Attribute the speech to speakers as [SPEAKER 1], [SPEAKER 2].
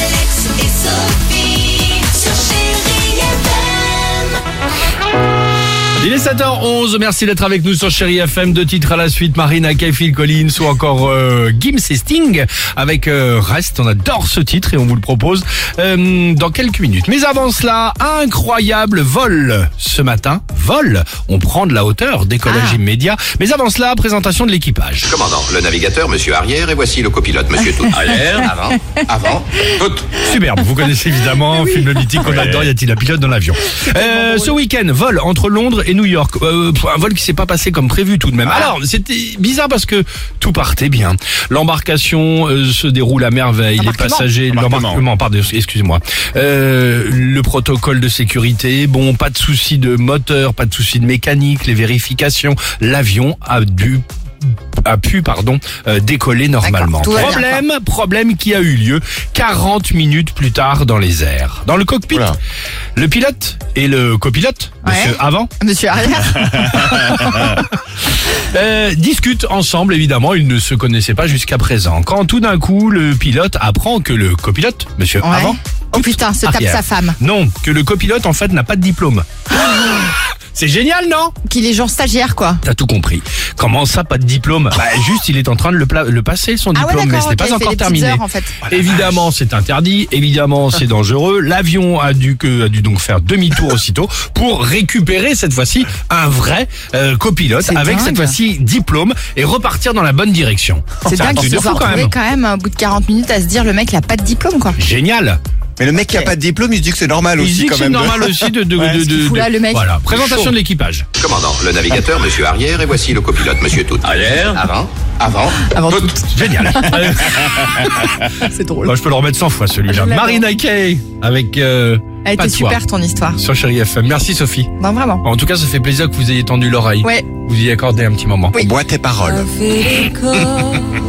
[SPEAKER 1] Alex et Sophie sur Chérie FM.
[SPEAKER 2] Il est 7h11, merci d'être avec nous sur Chéri FM. Deux titres à la suite, Marina Kaye, Phil Collins ou encore euh, Gims et Sting avec euh, Reste. On adore ce titre et on vous le propose euh, dans quelques minutes. Mais avant cela, incroyable vol ce matin. Vol, on prend de la hauteur, décollage immédiat. Mais avant cela, présentation de l'équipage.
[SPEAKER 3] Commandant, le navigateur, monsieur arrière, et voici le copilote, monsieur tout. Arrière, avant, avant, tout.
[SPEAKER 2] Superbe, vous connaissez évidemment, film mythique qu'on adore, y a-t-il un pilote dans l'avion Euh, Ce week-end, vol entre Londres et New York. Euh, pff, un vol qui s'est pas passé comme prévu tout de même. Alors, c'était bizarre parce que tout partait bien. L'embarcation euh, se déroule à merveille, les passagers, l'embarquement, pardon, excusez-moi. Euh, le protocole de sécurité, bon, pas de souci de moteur, pas de souci de mécanique, les vérifications. L'avion a dû a pu pardon euh, décoller normalement.
[SPEAKER 4] tout va bien,
[SPEAKER 2] problème, problème qui a eu lieu 40 minutes plus tard dans les airs. Dans le cockpit, le pilote et le copilote, monsieur avant,
[SPEAKER 4] Monsieur Arrière.
[SPEAKER 2] euh, discutent ensemble évidemment, ils ne se connaissaient pas jusqu'à présent. Quand tout d'un coup, le pilote apprend que le copilote, monsieur avant,
[SPEAKER 5] Oh putain, se tape
[SPEAKER 2] arrière.
[SPEAKER 5] sa femme.
[SPEAKER 2] Non, que le copilote en fait n'a pas de diplôme. C'est génial, non
[SPEAKER 5] Qu'il est genre stagiaire, quoi.
[SPEAKER 2] T'as tout compris. Comment ça, pas de diplôme Bah juste, il est en train de le, pla- le passer son
[SPEAKER 5] Ah ouais,
[SPEAKER 2] diplôme, mais ce
[SPEAKER 5] d'accord,
[SPEAKER 2] n'est
[SPEAKER 5] ok,
[SPEAKER 2] pas
[SPEAKER 5] il fait
[SPEAKER 2] encore
[SPEAKER 5] des petites
[SPEAKER 2] terminé.
[SPEAKER 5] heures, en fait.
[SPEAKER 2] Évidemment, c'est interdit. Évidemment, c'est dangereux. L'avion a dû que a dû donc faire demi-tour aussitôt pour récupérer cette fois-ci un vrai euh, copilote
[SPEAKER 5] C'est
[SPEAKER 2] avec
[SPEAKER 5] dingue.
[SPEAKER 2] cette fois-ci diplôme et repartir dans la bonne direction.
[SPEAKER 5] C'est
[SPEAKER 2] un
[SPEAKER 5] dingue
[SPEAKER 2] truc
[SPEAKER 5] qu'il se
[SPEAKER 2] de
[SPEAKER 5] soit
[SPEAKER 2] fou quand
[SPEAKER 5] retrouvé
[SPEAKER 2] même.
[SPEAKER 5] quand même, au bout de 40 minutes, à se dire le mec, il a pas de diplôme, quoi.
[SPEAKER 2] Génial.
[SPEAKER 6] Mais le mec qui a pas de diplôme, il se dit que c'est normal
[SPEAKER 2] Il se
[SPEAKER 6] aussi
[SPEAKER 2] dit que
[SPEAKER 6] quand
[SPEAKER 2] c'est
[SPEAKER 6] même. de-
[SPEAKER 2] normal aussi de de,
[SPEAKER 6] Ouais,
[SPEAKER 2] de,
[SPEAKER 6] ce
[SPEAKER 5] qu'il
[SPEAKER 2] de-
[SPEAKER 5] fout là,
[SPEAKER 2] de-
[SPEAKER 5] le mec.
[SPEAKER 2] Voilà, présentation de l'équipage.
[SPEAKER 3] Commandant, le navigateur, monsieur arrière, et voici le copilote, monsieur tout. Arrière, avant, avant,
[SPEAKER 5] Avant tout.
[SPEAKER 2] Génial.
[SPEAKER 5] C'est drôle.
[SPEAKER 2] Bah, je peux le remettre 100 fois celui-là.
[SPEAKER 5] Je l'adore.
[SPEAKER 2] Marina Kay avec euh,
[SPEAKER 5] Elle
[SPEAKER 2] pas
[SPEAKER 5] était
[SPEAKER 2] de soie.
[SPEAKER 5] super, ton histoire.
[SPEAKER 2] sur Chéri FM. Merci Sophie.
[SPEAKER 5] Non, vraiment.
[SPEAKER 2] En tout cas, ça fait plaisir que vous ayez tendu l'oreille.
[SPEAKER 5] Ouais.
[SPEAKER 2] Vous y accordez un petit moment.
[SPEAKER 6] On boit tes paroles.
[SPEAKER 1] Avec le corps